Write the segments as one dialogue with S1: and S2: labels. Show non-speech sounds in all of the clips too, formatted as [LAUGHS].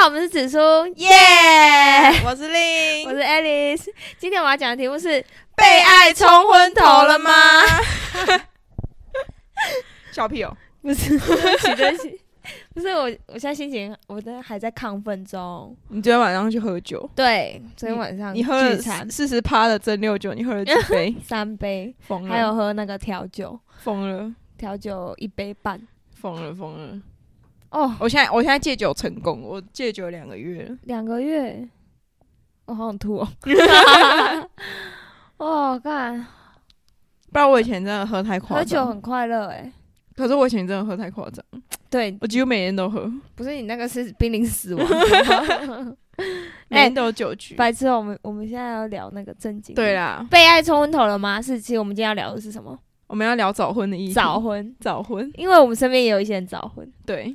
S1: 好，我们是紫苏，耶、
S2: [LAUGHS] 我是令
S1: 我是 Alice。今天我要讲的题目是
S2: 被爱冲昏头了吗？笑屁哦！
S1: 不是？对不起，对不起， [LAUGHS] 不是我，我现在心情，我都还在亢奋中。
S2: 你昨天晚上去喝酒，
S1: 对，昨天晚上
S2: 你喝了
S1: 聚餐
S2: 四十趴的蒸馏酒，你喝了几
S1: [LAUGHS]
S2: 杯？
S1: 三杯，
S2: 疯了，
S1: 还有喝那个调酒，
S2: 疯了，
S1: 调酒一杯半。
S2: 疯了，疯了！
S1: 哦，
S2: 我现在我现在戒酒成功，我戒酒两个月了。
S1: 两个月，我、好想吐哦。哦，干，
S2: 不然我以前真的喝太夸
S1: 喝酒
S2: 张，
S1: 很快乐哎。
S2: 可是我以前真的喝太夸张，
S1: 对，
S2: 我几乎每天都喝，
S1: 不是你那个是濒临死亡。 [LAUGHS]
S2: 每天都有酒局。
S1: 白痴哦，我们我们现在要聊那个正经。
S2: 对，啦，
S1: 被爱冲昏头了吗？是，其实我们今天要聊的是什么？
S2: 我们要聊早婚的议题。
S1: 早婚，
S2: 早婚，
S1: 因为我们身边也有一些人早婚。
S2: 对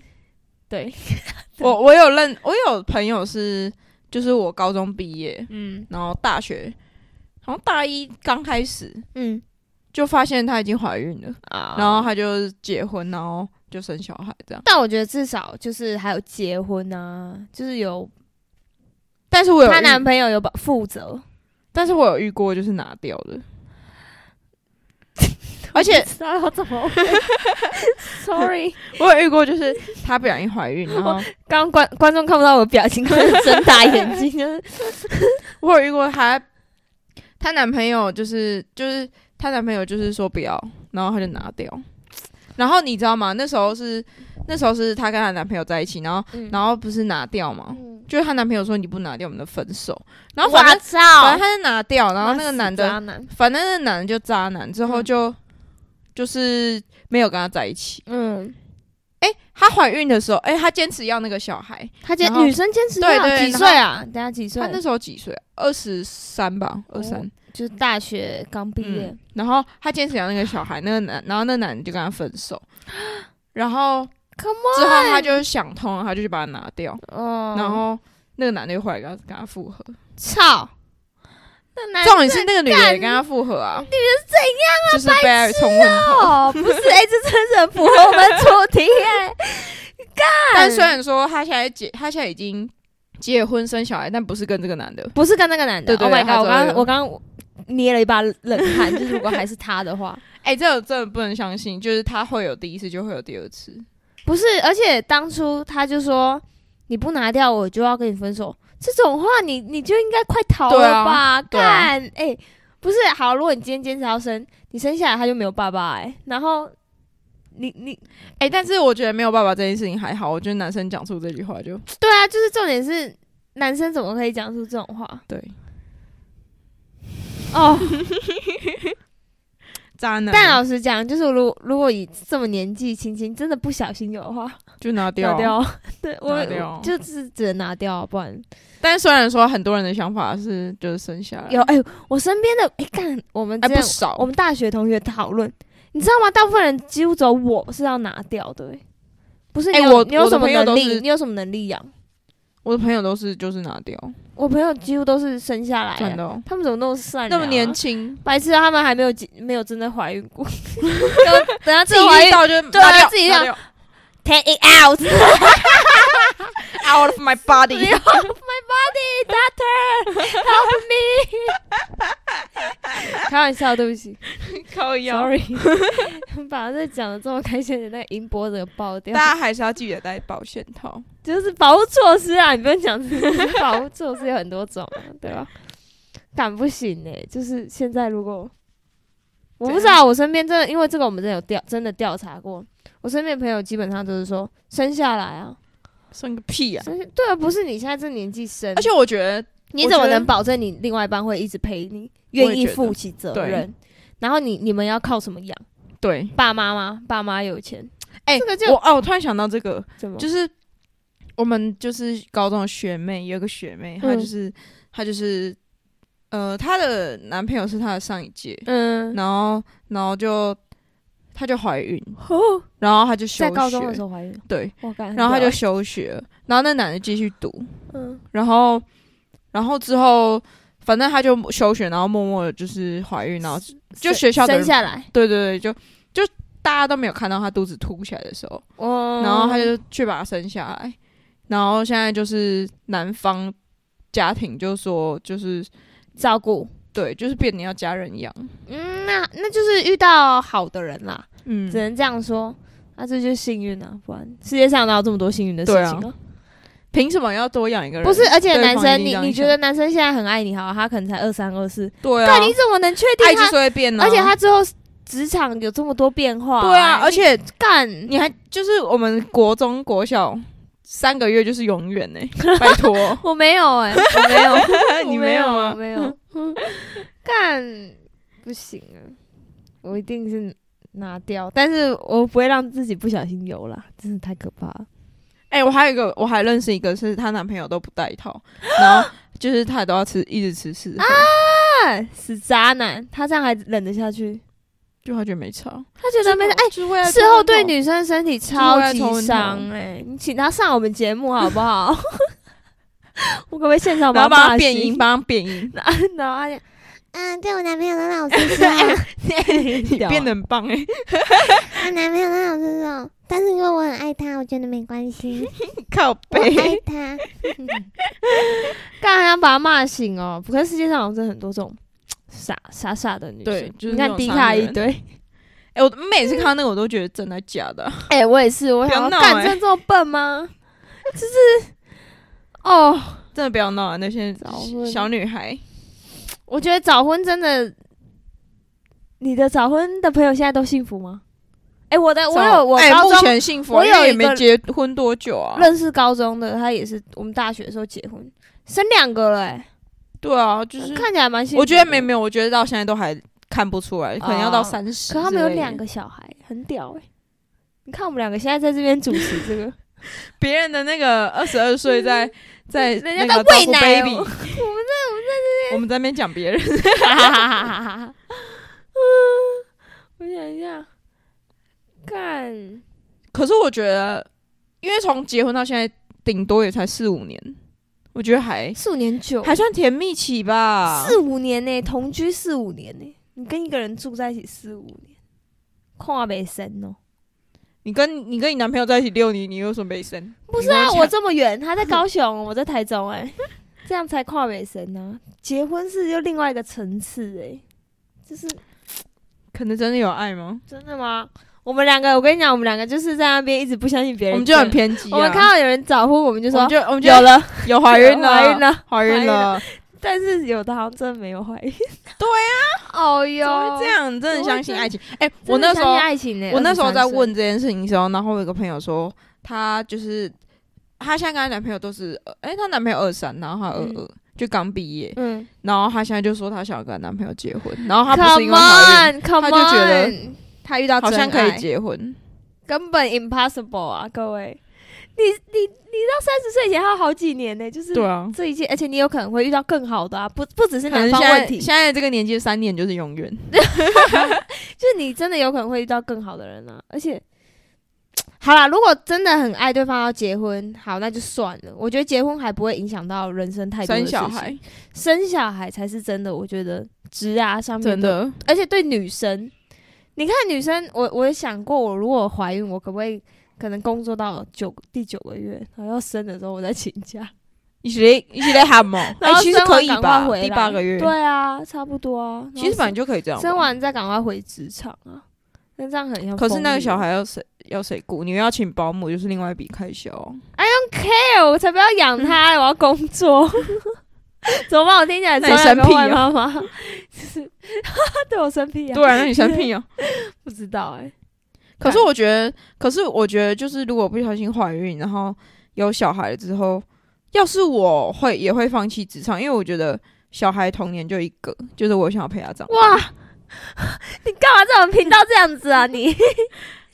S1: 对，
S2: [LAUGHS] 我我有认，我有朋友是，就是我高中毕业，
S1: 嗯
S2: 然后大学，好像大一刚开始
S1: 嗯
S2: 就发现她已经怀孕了，
S1: 啊
S2: 然后她就结婚，然后就生小孩这样。
S1: 但我觉得至少就是还有结婚啊，就是有
S2: 但是我有
S1: 她
S2: 遇
S1: 男朋友有把负 [LAUGHS] 责，
S2: 但是我有遇过就是拿掉
S1: [LAUGHS]
S2: 的，而且
S1: 知道要怎么回？Sorry，
S2: 我有遇过就是她不小心怀孕，然后
S1: [LAUGHS] 刚刚观观众看不到我的表情，可能睁大眼 [LAUGHS] 睛，就是
S2: 我有遇过她，她男朋友就是就是她男朋友就是说不要，然后她就拿掉。然后你知道吗？那时候是那时候是她跟她男朋友在一起，然后、
S1: 嗯
S2: 然后不是拿掉吗？
S1: 嗯
S2: 就是她男朋友说你不拿掉，我们就分手。然后反正
S1: 操，
S2: 反正她就拿掉，然后那个男
S1: 妈死渣
S2: 的，
S1: 男，
S2: 反正那个男的就渣男，之后
S1: 嗯
S2: 就、就是没有跟她在一起。
S1: 嗯，
S2: 哎、她怀孕的时候，哎、她坚持要那个小孩。
S1: 她坚
S2: 然后
S1: 女生坚持
S2: 对
S1: 要
S2: 对
S1: 几
S2: 然后
S1: 岁啊？等下几岁
S2: 她？那时候几岁？二十三吧，二三、
S1: 就是大学刚毕业
S2: 嗯，。然后她坚持要那个小孩，那个男，然后那男的就跟她分手。 [GASPS] 然后
S1: Come
S2: 之后她就想通了，她就去把它拿掉。
S1: 哦，
S2: 然后那个男的又回来跟她跟她复合。
S1: 操，那男
S2: 重点是那个女的也跟他复合啊，女的是怎样啊？就是被爱冲昏头。
S1: 哦，不是，哎、这真的很符合我们主 [LAUGHS] 题哎、干，
S2: 但虽然说她现在结，她现在已经结婚生小孩，但不是跟这个男的。
S1: 不是跟那个男的
S2: 对对
S1: ，Oh my
S2: 他
S1: god，我
S2: 知道
S1: 刚刚
S2: 这个
S1: 我刚刚捏了一把冷汗，就是如果还是他的话，
S2: 哎、这我真的不能相信，就是他会有第一次，就会有第二次。
S1: [LAUGHS] 不是，而且当初他就说你不拿掉我就要跟你分手，这种话你你就应该快逃
S2: 对
S1: 了
S2: 啊
S1: 吧，
S2: 对啊
S1: 干，哎、不是，好，如果你今天坚持要生，你生下来他就没有爸爸哎、然后你你
S2: 哎、但是我觉得没有爸爸这件事情还好，我觉得男生讲出这句话就
S1: 对啊，就是重点是男生怎么可以讲出这种话
S2: 对
S1: 哦？
S2: 渣男，
S1: 但老实讲，就是如如果以这么年纪轻轻，真的不小心有的话，
S2: 就拿掉。
S1: 拿
S2: [LAUGHS]
S1: 掉，对
S2: 拿掉
S1: 我就是只能拿掉，不然
S2: 但虽然说很多人的想法是就是生下来
S1: 有哎、我身边的哎干、我们
S2: 嗯哎、
S1: 这
S2: 不
S1: 样、
S2: 少，
S1: 我们大学同学讨论，你知道吗？大部分人几乎只有我是要拿掉的、哎不是你
S2: 哎
S1: 有、
S2: 我
S1: 你有
S2: 我的
S1: 什么
S2: 朋友
S1: 能
S2: 都
S1: 力？
S2: 是
S1: 你有什么能力养？
S2: 我的朋友都是就是拿掉，
S1: 我朋友几乎都是生下来
S2: 真
S1: 的，
S2: 的哦、
S1: 他们怎么那么善
S2: 那
S1: 良啊、
S2: 么年轻，
S1: 白痴啊，他们还没有结没有真的怀孕 [LAUGHS] 过，等等下自己怀
S2: 怀
S1: 孕
S2: 孕到就
S1: 对啊
S2: 拿掉
S1: 自己
S2: 拿
S1: 要
S2: 掉
S1: take it [LAUGHS] out，
S2: out of my [LAUGHS] body。
S1: Help my body, doctor, help me！开 [LAUGHS] 玩笑，对不起
S2: 靠腰
S1: ，sorry，把这讲的这么开心的那个音波给爆掉，
S2: [LAUGHS] 大家还是要记得带保险套。
S1: 就是保护措施啊！你不用讲，保护措施有很多种、啊，对吧？敢不行呢、就是现在如果我不知道，我身边真的因为这个，我们真的有调真的调查过，我身边的朋友基本上都是说生下来啊，
S2: 算个屁啊！
S1: 生下对啊，不是你现在这年纪生，
S2: 而且我觉得，
S1: 你
S2: 我
S1: 怎么
S2: 觉得
S1: 能保证你另外一半会一直陪你，
S2: 我也
S1: 愿意
S2: 觉得
S1: 负起责
S2: 对
S1: 任？然后你你们要靠什么养？
S2: 对，
S1: 爸妈吗？爸妈有钱？
S2: 哎、
S1: 这个就
S2: 我哦，我突然想到这个，
S1: 怎么？
S2: 就是我们就是高中的学妹，有一个学妹，她
S1: 嗯
S2: 就是、她就是，呃，她的男朋友是她的上一届，
S1: 嗯，
S2: 然后然后就她就怀孕，然后她就休
S1: 哦在
S2: 学，
S1: 高中的时候怀孕，
S2: 对，
S1: 我感，
S2: 然后她就休学了，然后那男的继续读，
S1: 嗯，
S2: 然后然后之后。反正她就休学，然后默默的就是怀孕，然后就
S1: 生
S2: 学校的
S1: 生
S2: 人
S1: 下来，
S2: 对对对，就就大家都没有看到她肚子凸起来的时候，
S1: 哦，
S2: 然后她就去把她生下来，然后现在就是男方家庭就说，就是
S1: 照顾。
S2: 对，就是变得要家人一样。
S1: 嗯，那那就是遇到好的人啦，
S2: 嗯
S1: 只，能这样说。那、这就是幸运啊，不然世界上哪有这么多幸运的事
S2: 对啊
S1: 情啊？
S2: 凭什么要多养一个人？
S1: 不是，哎而且
S2: 对
S1: 男
S2: 方
S1: 生，
S2: 一定
S1: 你
S2: 这样
S1: 你
S2: 想
S1: 觉得男生现在很爱你，好，他可能才二三二四，
S2: 对啊
S1: 但，你怎么能确
S2: 爱
S1: 定
S2: 就
S1: 他？
S2: 是会变啊，
S1: 而且他最后职场有这么多变化、
S2: 对啊，
S1: 哎
S2: 而且
S1: 你干
S2: 你还就是我们国中、国小三个月就是永远呢、拜托，
S1: [LAUGHS] 我没有
S2: [LAUGHS]
S1: 哎、我没有，
S2: 你
S1: 我没
S2: 没有啊
S1: 我
S2: 吗？
S1: 没有，
S2: [LAUGHS]
S1: 干不行啊，我一定是拿掉，但是我不会让自己不小心有啦，真是太可怕了。
S2: 哎、我还有一个，我还认识一个，是她男朋友都不戴套，然后就是她都要吃，一直吃吃，
S1: 啊干死渣男，他这样还忍得下去？
S2: 就她觉得没差。
S1: 他觉得没事，哎、
S2: 就是为了
S1: 事后对
S2: 冲动
S1: 女生身体超
S2: 啊
S1: 级伤哎、你请他上我们节目好不
S2: [LAUGHS]
S1: 好？我可不可以现场
S2: 然
S1: 把
S2: 后
S1: 骂
S2: 帮她变
S1: 醒
S2: 音，？帮她变音，
S1: 然后他讲
S3: 嗯，对我男朋友都让我吃吃
S1: [LAUGHS]
S3: 哦，
S2: 变得很棒
S1: 欸
S2: [LAUGHS] 哎、
S3: 我啊男朋友都让我吃吃哦。但是因为我很爱他，我觉得没关系，
S2: 靠
S3: 我爱
S2: 背。
S3: 他。
S1: 干，要把他骂醒哦。可是世界上好像真的很多这种傻傻傻的女生，
S2: 对就是
S1: 你
S2: 那
S1: 看
S2: 种
S1: 迪
S2: 傻
S1: 卡
S2: 女
S1: 一
S2: 人
S1: 堆。
S2: 哎、我每次看到那个，我都觉得真的假
S1: [LAUGHS]
S2: 的。
S1: 哎、我也是，我
S2: 不要
S1: 想
S2: 闹
S1: 要干
S2: 哎
S1: 真的这么笨吗？就是哦，
S2: 真的不要闹啊！那些
S1: 早婚
S2: 小女孩，
S1: 我觉得早婚真的，你的早婚的朋友现在都幸福吗？哎、我的我有我
S2: 哎
S1: 高
S2: 目
S1: 中、
S2: 前幸福、啊，
S1: 我有
S2: 因为也
S1: 一个
S2: 没结婚多久啊。
S1: 认识高中的，他也是我们大学的时候结婚，生两个了、哎，
S2: 对啊，就是
S1: 看起来蛮幸福。
S2: 我觉得没，没有，我觉得到现在都还看不出来，可能要到
S1: 哦
S2: 三十。
S1: 可他们有两，个小孩，很屌哎、你看我们两个现在在这边主持这 [LAUGHS] 个，
S2: 别人的那个二十二岁在在
S1: 嗯人
S2: 那
S1: 家
S2: 个
S1: 在喂
S2: 照顾
S1: 奶 [LAUGHS]
S2: baby，
S1: 哦
S2: 我们在那边讲别人，
S1: 哈哈哈哈哈哈！我想一下，干。
S2: 可是我觉得，因为从结婚到现在，顶多也才四五年，我觉得还
S1: 四五年久，
S2: 还算甜蜜期吧。
S1: 四五年呢、同居四五年呢、你跟一个人住在一起四五年，跨北深哦、
S2: 你跟你跟你男朋友在一起六年，你有什么没生？
S1: 不是啊，
S2: 你跟
S1: 我
S2: 讲
S1: 这么远，他在高雄，我在台中、哎， [LAUGHS] 这样才跨北深呢、结婚是又另外一个层次、哎，就是
S2: 可能真的有爱吗？
S1: 真的吗？我们两个，我跟你讲，我们两个就是在那边一直不相信别人，
S2: 我们就很偏激啊、
S1: 我们看到有人早婚，我们就
S2: 我
S1: 说
S2: 们就我们就
S1: 有了，
S2: 有 [LAUGHS] 怀孕了，
S1: 怀孕了，
S2: 怀
S1: 怀
S2: 孕
S1: 孕
S2: 了，
S1: 但是有的好像真的没有怀
S2: [LAUGHS]
S1: 孕。
S2: 对
S1: 啊，哦哟
S2: 怎么会这，样？你真的
S1: 怎么会
S2: 相信
S1: 这样
S2: 爱情？哎、
S1: 啊真的
S2: 我那时
S1: 相
S2: 候
S1: 信爱情呢、
S2: 我那时候在
S1: 23岁
S2: 问，这件事情的时候，然后我有个朋友说，她就是她现在跟她男朋友都是，哎、她男朋友二三，然后她二
S1: 嗯
S2: 二、就刚毕业，
S1: 嗯，
S2: 然后她现在就说她想要跟她男朋友结婚，然后她
S1: Come
S2: 不是因为怀孕，
S1: on, come on，
S2: 他就觉得
S1: 他遇到
S2: 好像
S1: 真
S2: 可
S1: 爱
S2: 以结婚，
S1: 根本 impossible 啊，各位，你你你到三十岁以前还有好几年呢、就是
S2: 对啊。
S1: 这一切，而且你有可能会遇到更好的啊，不不只是
S2: 可
S1: 男
S2: 能现
S1: 方
S2: 在
S1: 问
S2: 现
S1: 题，
S2: 在这个年纪三年就是永远，
S1: 就是你真的有可能会遇到更好的人啊，而且。好啦，如果真的很爱对方要结婚，好那就算了。我觉得结婚还不会影响到人生太多的
S2: 生
S1: 事情
S2: 小孩，
S1: 生小孩才是真的，我觉得值啊上面
S2: 真
S1: 都
S2: 的
S1: 而且对女生，你看女生，我我也想过，我如果怀孕，我可不可以可能工作到九第九个月，然后要生的时候我再请假，
S2: 一起来一起来喊 [LAUGHS] 嘛，
S1: 然后
S2: 哎其实
S1: 生完
S2: 可以
S1: 赶
S2: 吧
S1: 快回，来
S2: 第八个月，
S1: 对啊，差不多啊。
S2: 其实本来
S1: 反
S2: 就可以这样吧，
S1: 生完再赶快回职场啊，那这样很像。啊
S2: 可是那个小，孩要谁要谁顾？你要请保姆，就是另外一笔开销。
S1: 哎呦，我才不要养他，我要工作。 [LAUGHS] 怎么办？我听起来
S2: 那你
S1: 超像
S2: 生
S1: 个
S2: 屁
S1: 坏
S2: 哦
S1: 妈妈，就是 [LAUGHS] 对我生屁啊？
S2: 对啊，那你生病 [LAUGHS] 啊！
S1: 不知道哎、
S2: 可是我觉得，可是我觉得，就是如果不小心怀孕，然后有小孩了之后，要是我会也会放弃职场，因为我觉得小孩童年就一个，就是我想要陪他长大。
S1: 哇，你干嘛在我们频道这样子啊？你 [LAUGHS]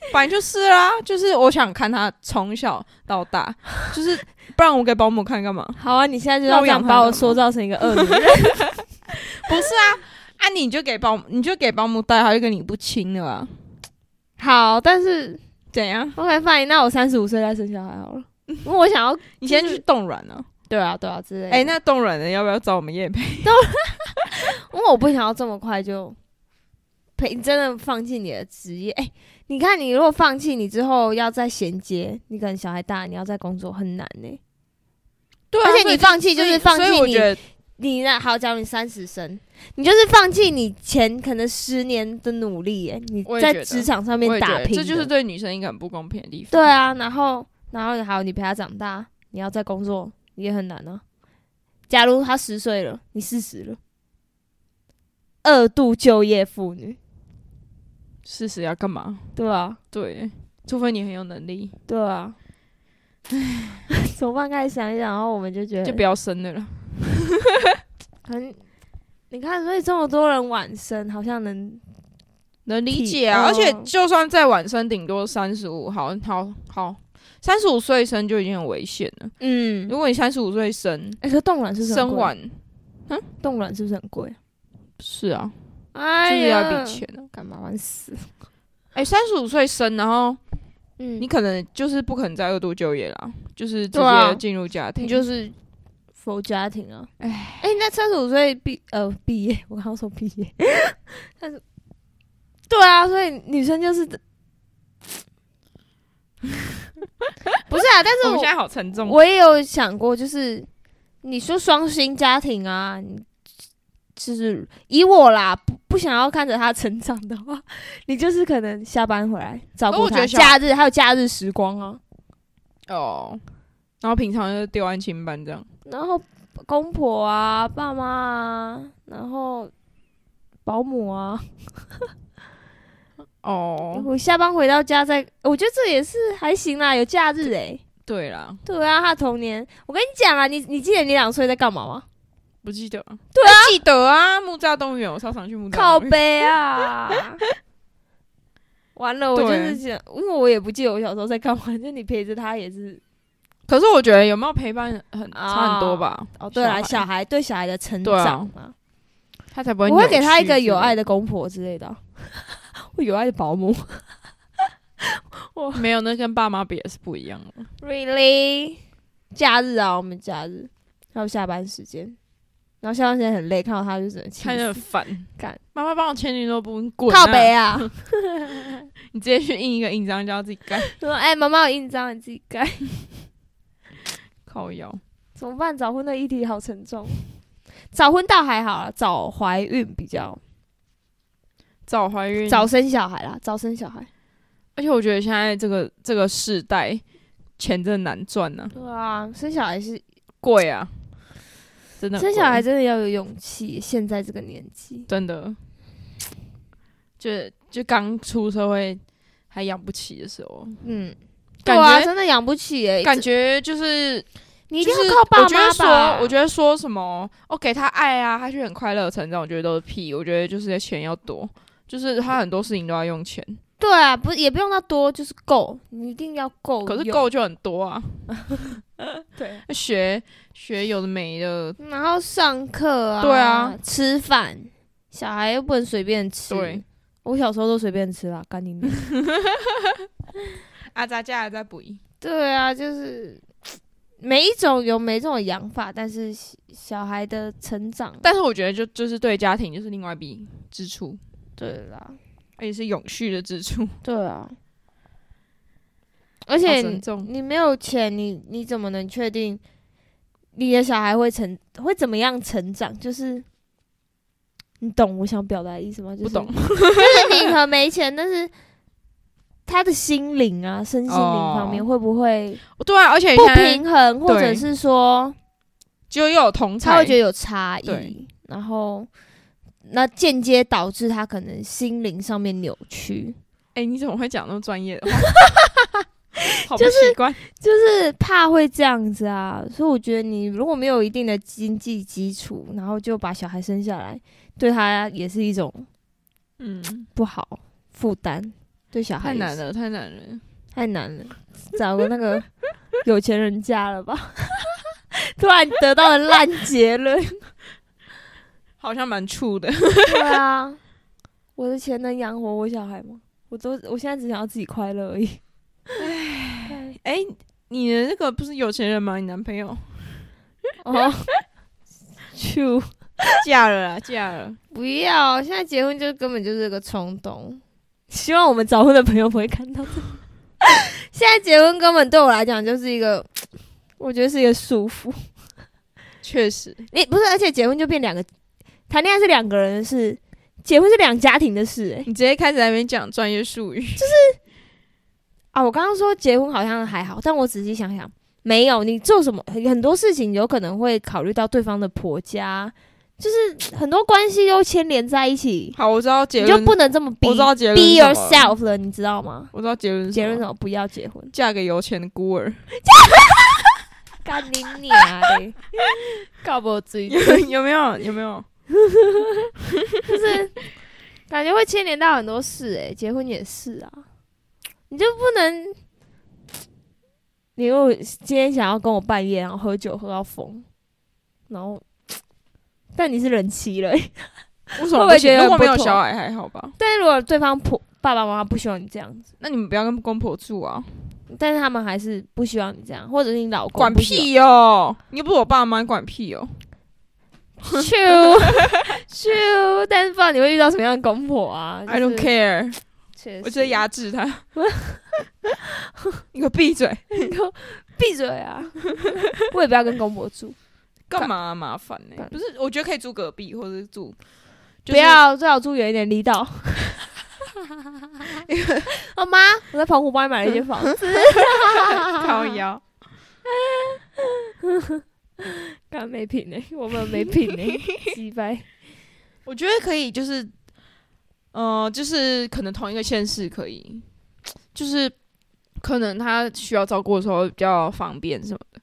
S2: [LAUGHS] 反正就是啦，就是我想看他从小到 [LAUGHS] 大，就是不然我给保姆看干嘛？
S1: 好啊，你现在就
S2: 那
S1: 要
S2: 我
S1: 这
S2: 养
S1: 样
S2: 它
S1: 把我
S2: 干嘛
S1: 塑造成一个恶女人。 [LAUGHS]
S2: 不是啊，啊你就给保姆，你就给保姆带，他就跟你不亲了啊？
S1: 好，但是
S2: 怎样？
S1: OK fine，那我三十五岁再生小孩好了， [LAUGHS] 因为我想要
S2: 你先
S1: 就是
S2: 去冻卵啊？
S1: 对啊对啊之类的。
S2: 哎、那冻卵的要不要找我们叶培？
S1: 因为我不想要这么快就陪你真的放弃你的职业。哎、你看你如果放弃，你之后要再衔接，你可能小孩大，你要再工作很难呢、
S2: 对啊，
S1: 而且
S2: 所以
S1: 你放弃就是放
S2: 所以
S1: 弃
S2: 我
S1: 你
S2: 觉得
S1: 你那好，假如你三十升，你就是放弃你前可能十年的努力、欸，你
S2: 我也
S1: 在
S2: 觉得
S1: 职场上
S2: 我
S1: 面
S2: 也觉
S1: 打
S2: 得
S1: 拼的，
S2: 这就是对女生一个很不公平的地方。
S1: 对，啊。然后，然后还有你陪他长大，你要再工作也很难啊。假如他十岁了，你四十了，二度就业妇女，
S2: 事实要干嘛？
S1: 对啊，
S2: 对，除非你很有能力，
S1: 对啊。从办开始想一想，然后我们就觉得
S2: 就不要生的了啦。
S1: 很，你看，所以这么多人晚生，好像能
S2: 能理解啊，
S1: 嗯
S2: 而且就算再晚生，顶多三十五，好好好，三十五岁生就已经很危险了。
S1: 嗯，
S2: 如果你三十五岁生，
S1: 哎、可冻卵是不是很
S2: 生
S1: 贵
S2: 晚
S1: 冻卵是不是很贵？
S2: 是啊，就
S1: 哎
S2: 是要
S1: 呀，
S2: 一笔钱啊。
S1: 干嘛玩死？
S2: 哎，三十五岁生，然后
S1: 嗯
S2: 你可能就是不可能再二度就业啦，就是直
S1: 对啊
S2: 接进入家庭。
S1: 你就是佛家庭啊。
S2: 哎，
S1: 哎、那三十五岁毕呃毕业，我刚刚说毕业，但是对啊，所以女生就是不是啊？但
S2: 我
S1: 是
S2: 们
S1: 我
S2: 现在好沉重。
S1: 我也有想过，就是你说双薪家庭啊，你就是以我啦，不不想要看着他成长的话， [LAUGHS] 你就是可能下班回来照
S2: 哦
S1: 顾
S2: 我觉
S1: 他，
S2: 得小
S1: 假日还有假日时光啊，
S2: 哦，然后平常就是丢安亲班这样。
S1: 然后公婆啊、爸妈啊，然后保姆啊，
S2: 哦，
S1: 我下班回到家再，我觉得这也是还行啦，有假日诶、
S2: 对啦，
S1: 对啊，他的童年，我跟你讲啊，你你记得你两岁在干嘛吗？
S2: 不记得啊。对啊，记得啊，木栅动物园，我超常去木栅。
S1: 靠，背啊！ [LAUGHS] 完了，我就
S2: 对
S1: 是想，因为我也不记得我小时候在干嘛，就 [LAUGHS] 你陪着他也是
S2: 可是我觉得有没有陪伴很
S1: 啊
S2: 差很多吧？
S1: 哦，对啦，
S2: 小
S1: 小孩对小孩的成
S2: 对啊
S1: 长嘛，
S2: 他才不会。
S1: 我会给他一个有爱的
S2: 的，
S1: 公婆之类的 [LAUGHS] 啊，我有爱的保姆
S2: 没有那跟爸妈比也是不
S1: [LAUGHS]
S2: 一样的。
S1: ，really？假日啊，我们假日还有下班时间，然后下班时间很累，看到他就只能气
S2: 看着很
S1: 死
S2: 烦，
S1: 干
S2: 妈妈帮我签联络簿，你滚、啊！
S1: 靠北啊， [LAUGHS]
S2: 你直接去印一个印章，叫他自己盖。 [LAUGHS]
S1: 说哎，妈妈有印章，你自己盖。
S2: 靠腰，
S1: 怎么办？早婚的议题好沉重。早婚倒还好啊，早怀孕比较
S2: 早怀孕，
S1: 早生小孩啦，早生小孩。
S2: 而且我觉得现在这个这个世代，钱真的难赚呢、
S1: 对啊，生小孩是
S2: 贵啊，真的很
S1: 生
S2: 贵
S1: 小孩真的要有勇气，现在这个年纪。
S2: 真的，就就刚出社会还养不起的时候，
S1: 嗯，对
S2: 感
S1: 啊，
S2: 觉
S1: 真的养不起耶、
S2: 感觉就是
S1: 你
S2: 就
S1: 一定
S2: 是
S1: 要靠爸
S2: 我觉得
S1: 妈吧。
S2: 说，我觉得说什么哦，给他爱啊，他就很快乐成长，我觉得都是屁。我觉得就是钱要多，就是他很多事情都要用钱，
S1: 对啊，不也不用到多，就是够，你一定要够。
S2: 可是，够就很多 [LAUGHS] 啊。
S1: 对，
S2: 学学有的没的，
S1: 然后上课啊，
S2: 对啊，
S1: 吃饭，小孩又不能随便吃。
S2: 对，
S1: 我小时候都随便吃啦，干你 [LAUGHS] 娘。
S2: 阿啊扎加还在补一。
S1: 对啊，就是每一种有每一种的养法，但是小小孩的成长，
S2: 但是我觉得就就是对家庭就是另外一笔支出，
S1: 对啦，
S2: 而且是永续的支 [LAUGHS] 出，
S1: 对啊，而
S2: 而
S1: 且
S2: 沉
S1: 你
S2: 重。
S1: 你没有钱，你你怎么能确定你的小孩会成会怎么样成长？就是你懂我想表达的意思吗？就是、
S2: 不懂，
S1: 就是 [LAUGHS] 你可能没钱，但是。他的心灵啊，身心灵方面
S2: 哦
S1: 会不会
S2: 对啊，而且
S1: 不
S2: 现在
S1: 平衡，或者
S2: 对
S1: 是说，
S2: 就又有同才，
S1: 他会觉得有差
S2: 对
S1: 异，然后那间接导致他可能心灵上面扭曲，
S2: 哎、你怎么会讲那么专业 [LAUGHS] 的话？好不习惯，
S1: 就是怕会这样子啊。所以我觉得你如果没有一定的经济基础，然后就把小孩生下来，对他也是一种
S2: 嗯，
S1: 不好负担，对小孩也
S2: 太
S1: 是
S2: 难，了，太难了。
S1: 太难了，找个那个有钱人家
S2: [LAUGHS]
S1: 了吧。突然得到了烂结
S2: [LAUGHS]
S1: 论，
S2: 好像蛮怵的，
S1: 对啊，我的钱能养活我小孩吗？我都我现在只想要自己快乐而已。
S2: [LAUGHS] 哎、你的那个不是有钱人吗？你男朋友
S1: 哦，就
S2: [LAUGHS] 嫁了啦，嫁了。
S1: 不要！现在结婚就根本就是个冲动。 [LAUGHS] 希望我们早婚的朋友不会看到这个。 [LAUGHS] 现在结婚根本对我来讲就是一个，我觉得是一个束缚。
S2: 确实，
S1: 你不是，而且结婚就变两个，谈恋爱是两个人的事，结婚是两家庭的事、欸。
S2: 你直接开始在那边讲专业术语，
S1: 啊，我刚刚说结婚好像还好，但我仔细想想，没有你做什么很很多事情，有可能会考虑到对方的婆家，就是很多关系都牵连在一起，
S2: [LAUGHS] 好，我知道结
S1: 你
S2: 论
S1: 就，不能这么逼
S2: 我知道结论是
S1: be
S2: 什么了
S1: yourself 了，你知道吗？
S2: 我知道结论是
S1: 结
S2: 什
S1: 论
S2: 么，
S1: 什么？不要结
S2: [LAUGHS]
S1: 婚，
S2: 嫁给有钱的孤
S1: [LAUGHS]
S2: 儿，
S1: 干你娘嘞！ [LAUGHS] 告不
S2: [LAUGHS]
S1: 追，
S2: 有有没有有没有？
S1: 就是感觉会牵连到很多事、欸，结婚也是啊，你就不能。你如果今天想要跟我半夜然后喝酒喝到疯，然后，但你是人妻了欸、 [LAUGHS]
S2: 为什
S1: 会
S2: 么
S1: 不会
S2: 不行
S1: 觉得
S2: 如果
S1: 不
S2: 没有
S1: 妥
S2: 小孩还好吧？
S1: 但是如果对方婆爸爸妈妈不希望你这样子，
S2: 那你们不要跟公婆住啊，
S1: 但是他们还是不希望你这样，或者是你老公
S2: 管
S1: 不希
S2: 屁哟！你又不是我爸妈，你管屁哦哟！
S1: 望
S2: [LAUGHS]
S1: 咻咻，但是不知道你会遇到什么样的公婆啊、
S2: I don't
S1: care，
S2: care，
S1: 确实，
S2: 我直接
S1: [LAUGHS]
S2: 压制他。你给我闭嘴！
S1: 闭嘴啊！ [LAUGHS] 我也不要跟公婆住，
S2: 干嘛啊、麻烦呢、
S1: 干
S2: 不是，我觉得可以住隔壁，或者是住、就是
S1: 不要最好住远一点，离 [LAUGHS] 岛。哦妈，我在澎湖帮你买了一间房子，
S2: 靠腰。
S1: 干没品呢、我们没品呢、鸡 [LAUGHS] 掰。
S2: 我觉得可以，就是，呃，就是可能同一个县市可以，就是可能他需要照顾的时候比较方便什么的，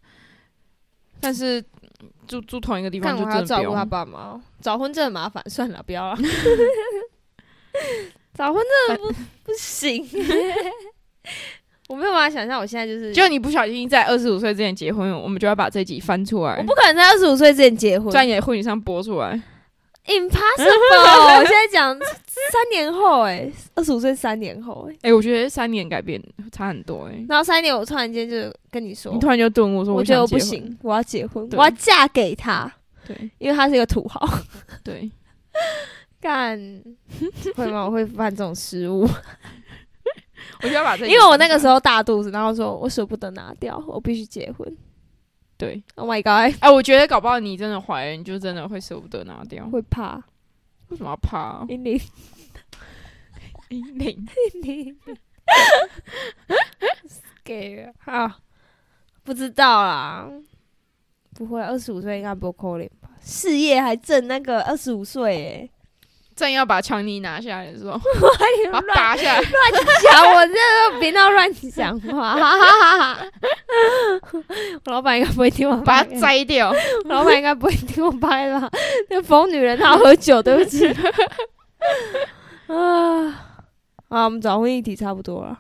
S2: 但是嗯住住同一个地方
S1: 看
S2: 就
S1: 我
S2: 真
S1: 还要
S2: 的
S1: 照
S2: 不
S1: 顾他
S2: 用。
S1: 爸妈哦，早婚真的麻烦，算了，不要了。 [LAUGHS] 早婚真的不不行， [LAUGHS] 我没有办法想象我现在就是，
S2: 就你不小心在二十五岁之前结婚，我们就要把这集翻出
S1: 我
S2: 来，
S1: 不可能在二十五岁之前结婚
S2: 在你的婚礼上播出来。
S1: [LAUGHS] ，impossible。我现在讲三年后、欸，哎，二十五岁三年后、欸，
S2: 哎、我觉得三年改变差很多哎、
S1: 然后三年我突然间就跟你说
S2: 你，突然就顿悟说，
S1: 哦我觉得我
S2: 想
S1: 不
S2: 结婚
S1: 行，我要结婚，
S2: 对
S1: 我要嫁给他，
S2: 对
S1: 因为他是一个土豪。
S2: 对，
S1: [LAUGHS] 干，会吗？我会犯这种失 [LAUGHS] 误。
S2: 我就要把这集
S1: 因为我那个
S2: 翻出
S1: 时
S2: 来
S1: 候大肚子，然后说我舍不得拿掉，我必须结婚。
S2: 对，
S1: Oh my god，
S2: 哎、我觉得搞不好你真的怀了，你就真的会舍不得拿掉。
S1: 会怕
S2: 为什么要怕、啊？
S1: 一零
S2: 零零
S1: 一零，scare 啊，不知道啦，不会，二十五岁应该不扣脸吧？事业还正那个二十五岁
S2: 正要把强尼拿下来的时候，
S1: 哎，
S2: 把
S1: [LAUGHS] 乱
S2: 它拔
S1: [LAUGHS]
S2: 下来，
S1: 讲，我这都别闹乱讲话， [LAUGHS] 哈哈哈哈！我老板应该不会听我爸，
S2: 把它摘掉。
S1: [LAUGHS] 我老板应该不会听我拍吧？ [LAUGHS] 那疯女人她喝酒，对不 [LAUGHS] 起。啊啊，我们早婚议题差不多了，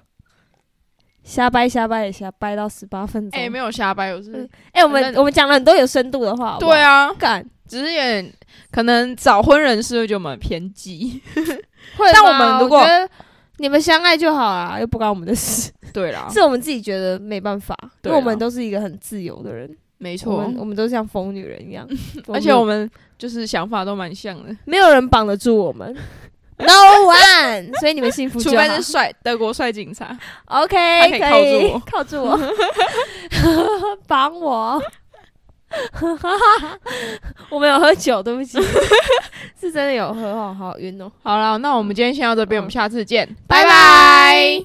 S1: 瞎掰瞎掰也瞎掰到十八分钟。
S2: 哎、没有瞎掰，我是
S1: 嗯哎我们
S2: 那
S1: 我们讲了很多有深度的话，好不好
S2: 对，啊，
S1: 敢
S2: 只是有点可能早婚人士会觉得我们偏激。 [LAUGHS]
S1: 会吗？
S2: 但我们如果
S1: 我觉得你们相爱就好啦，又不关我们的事，
S2: 对
S1: [LAUGHS]
S2: 啦，
S1: 是我们自己觉得没办法，因
S2: 对啊
S1: 为我们都是一个很自由的人。
S2: 没
S1: 我
S2: 错
S1: 们，我们都像疯女人一 [LAUGHS] 样，
S2: 而且我
S1: 们
S2: 们就是想法都蛮像的，
S1: 没有人绑得住我 [LAUGHS] 们，No one，所以你们幸福
S2: 除
S1: 就
S2: 非
S1: 好
S2: 是。帅德国帅警察。
S1: OK，
S2: 他可以
S1: 靠住 [LAUGHS] 我，靠住我， [LAUGHS] 绑我。我们有喝酒，对不起， [LAUGHS] 是真的有喝哦，好晕哦。
S2: 好了，那我们今天先到这边，
S1: 嗯
S2: 我们下次见，
S1: 拜拜